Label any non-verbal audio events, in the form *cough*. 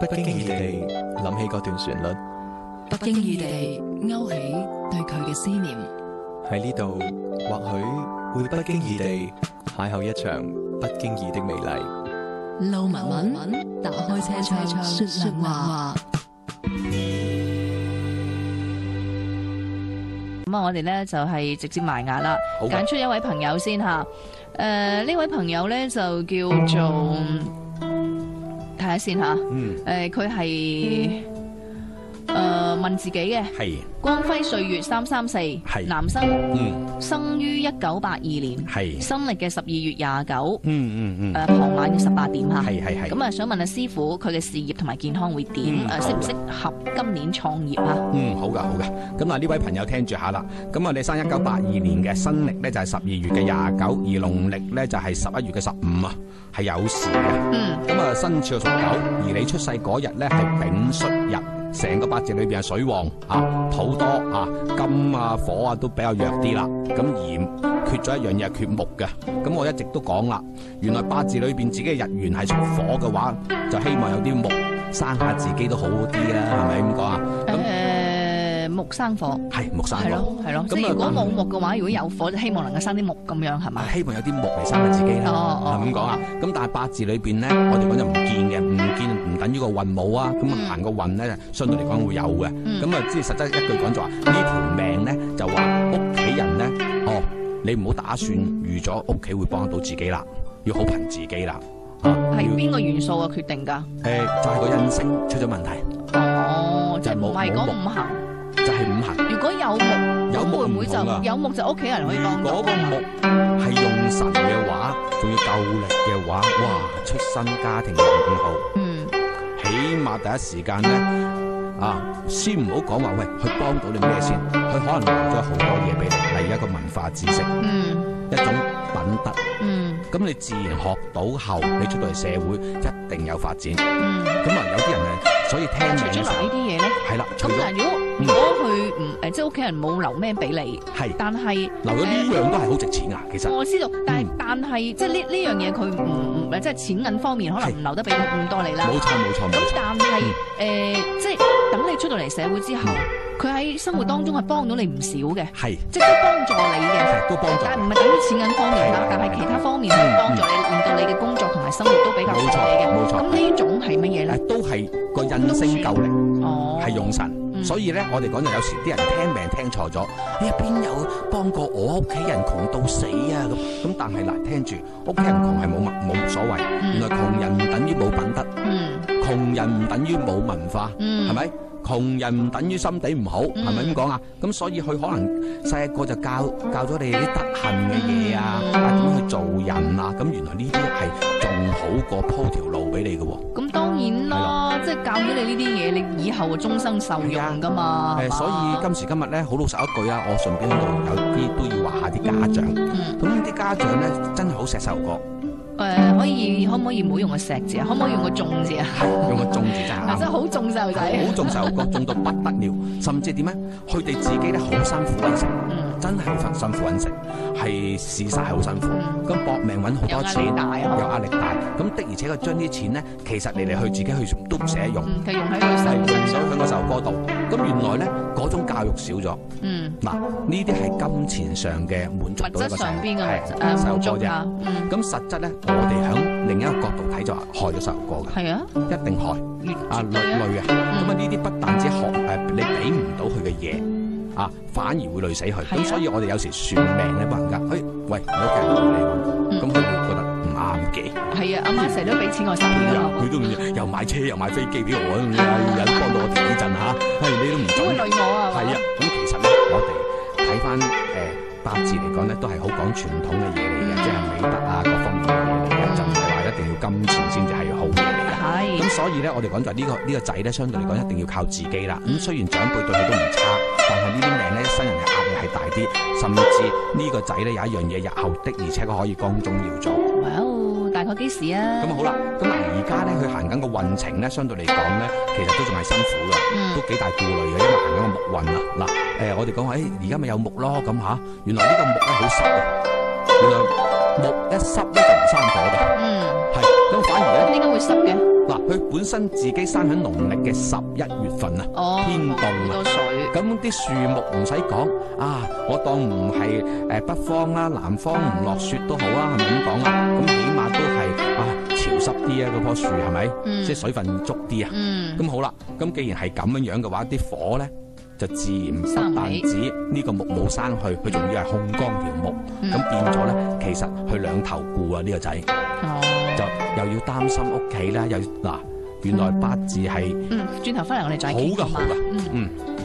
不經意地諗起嗰段旋律，不經意地勾起對佢嘅思念。喺呢度或許會不經意地邂逅一場不經意的美麗。路文文打開車窗說亮話，咁啊，我哋咧就係直接埋牙啦，好啊揀出一位朋友先吓。诶、呃呢位朋友咧就叫做睇下先吓。嗯，诶、佢係诶问自己嘅係，光輝歲月三三四，男生，嗯，生於一九八二年，係，新歷嘅十二月廿九，嗯嗯诶傍晚嘅十八點吓。係係咁啊，想問下師傅佢嘅事業同埋健康會點？呃嗯誒適唔適合今年創業啊？嗯，好噶，好噶。咁啊，呢位朋友聽住下啦。咁我哋生一九八二年嘅，新歷咧就係十二月嘅廿九，而農曆咧就係十一月嘅十五啊，係有時嘅。嗯，咁啊，生肖屬狗，而你出世嗰日咧係丙戌日，成個八字裏邊係水旺啊，土多啊，金啊火啊都比較弱啲啦。咁而缺咗一樣嘢係缺木嘅。咁我一直都講啦，原來八字裏邊自己嘅日元係屬火嘅話，就希望有啲木生下自己都好啲啦，係咪咁講啊？咁誒嗯呃木生火。係木生係火。咯，係咯，咁即啊係如果但冇木嘅話，如果有火，就希望能夠生啲木咁樣係嘛？啊希望有啲木嚟生下自己啦，哦哦係咪咁講啊？咁但係八字裏邊咧，我哋講就唔見嘅，唔見唔等於個運冇啊。咁嗯行個運咧，相對嚟講會有嘅。嗯咁啊，即係實質一句講就話，呢條命咧就話屋企人咧，哦，你唔好打算預咗屋企會幫得到自己啦，要好憑自己啦。啊，係要邊個元素啊決定㗎？誒，就係個印識出咗問題，哦，即係唔係就冇講木五行？就係五行。如果有木，有木會唔會唔同啊就有木就屋企人可以幫啊嗰到個㗎嘛木係用神嘅話，仲要夠力嘅話，哇！出身家庭又唔好。嗯，起碼第一時間咧，啊，先唔好講話喂，佢幫到你咩先，佢可能留咗好多嘢俾你，例如一個文化知識，嗯，一種品德，嗯，咁你自然學到後，你出到嚟社會一定有發展。嗯。咁啊，有啲人咧，所以聽除命咗嘅時留呢候，啲嘢咧，係啦，啊除咁咗但係嗯如果如果佢唔誒，即係屋企人冇留咩俾你，係但係留咗呢樣都係好值錢噶，其實誒。我知道，但係嗯但係即係呢呢樣嘢佢唔唔誒即係錢銀方面可能唔留得俾咁多你啦。冇錯嗯冇錯冇咁錯，但係誒、即係等你出到嚟社會之後，嗯佢喺生活當中係幫到你唔少嘅，係即係都幫助你嘅。係都幫助但嘅唔係等於錢銀方面啦係，但係其他方面係幫助你，令到你嘅工作同埋生活都比較順利嘅。冇錯咁冇錯呢種係乜嘢咧？誒都係個印星夠力。哦，係用神，嗯所以咧，我哋講就有時啲人聽命聽錯咗，你邊有幫過我屋企人窮到死啊？咁咁，但係嗱，聽住屋企人窮係冇物冇所謂，原來窮人唔等於冇品德，嗯窮人唔等於冇文化，嗯，係咪？窮人唔等於心地唔好，嗯係咪咁講啊？咁所以佢可能細個就教教咗你啲德行嘅嘢啊，嗯啊點樣去做人啊？咁原來呢啲係仲好過鋪條路俾你嘅喎。咁當然啦，即係教咗你呢啲嘢，你以後啊終生受用噶嘛。誒，係嘛所以今時今日咧，好老實一句啊，我順便喺度有啲都要話下啲家長。嗯咁呢啲家長咧，真係好錫細 *laughs* 路哥，誒、可以可唔可以唔好用個石字啊？可唔可以用個重字啊？係用個種字真係嗱，真係啱。好重細路仔好。重細 *laughs* 路哥，重到不得了，甚至點咧？佢哋自己咧好辛苦揾食，嗯真係好辛苦揾食，係試晒好辛苦，嗯咁搏命揾好有壓多錢，力大啊有壓力大。咁的而且確將啲錢咧，其實嚟嚟去自己去都唔捨得用，嗯，佢用喺佢係身身用咗上。喺個細路哥度。咁原來咧嗰種教育少咗。嗯，嗱，呢啲係金錢上嘅滿足物到一個質上邊嘅細路誒細滿路足哥啫。啊。嗯，咁實質咧，我哋響另一個角度睇就話害咗細路哥係啊，嘅，一定害越啊絕累對啊。累啊。咁啊呢啲不但止害誒，你俾唔到佢嘅嘢啊，反而會累死佢。係啊咁所以我哋有時算命咧，幫人家，誒喂，我嗯屋企人累你喎，咁佢會覺得唔啱嘅。係啊，阿媽成日都俾錢我使㗎啦。佢都唔知又買車又買飛機俾我，咁有人幫到我哋呢陣嚇，係你都唔點會準。累我啊？係啊，咁其實咧，我哋睇翻誒八字嚟講咧，都係好講傳統嘅嘢嚟嘅，即係美德啊各方面嘅嘢嚟嘅，就唔係話一定要金錢先至係好嘢嚟嘅。係咁。所以咧，我哋講就係呢個呢個仔咧，相對嚟講一定要靠自己啦。咁雖然長輩對佢都唔差，但係呢啲命咧，一生人嘅壓力係大啲，甚至呢個仔咧有一樣嘢日後的而且確可以光宗耀祖。哇哦，大概幾時啊？咁好啦，咁嗱而家咧佢行緊個運程咧，相對嚟講咧，其實都仲係辛苦嘅。嗯都幾大顧慮嘅，因為行緊個木運啊。嗱，誒、我哋講話，誒而家咪有木咯咁嚇，原來呢個木咧好濕嘅，原來木一濕咧就唔生火嘅，嗯，啊係咁反而咧點解會濕嘅？嗱，佢本身自己生喺農曆嘅十一月份啊。哦，天冇凍啊咁多水，咁啲樹木唔使講啊，我當唔係誒北方啦、南方唔落雪都好啊，係咪咁講啊？咁起碼都係啊潮濕啲啊，嗰棵樹係咪？嗯即係水分足啲啊。嗯，咁好啦，咁既然係咁樣樣嘅話，啲火咧就自然生不唔但起止呢個木冇生去，佢仲要係控光條木，嗯咁變咗咧，其實佢兩頭顧啊呢個仔，哦，就又要擔心屋企啦，又要嗱原來八字係嗯，轉頭翻嚟我哋再好傾㗎好嘛㗎嗯嗯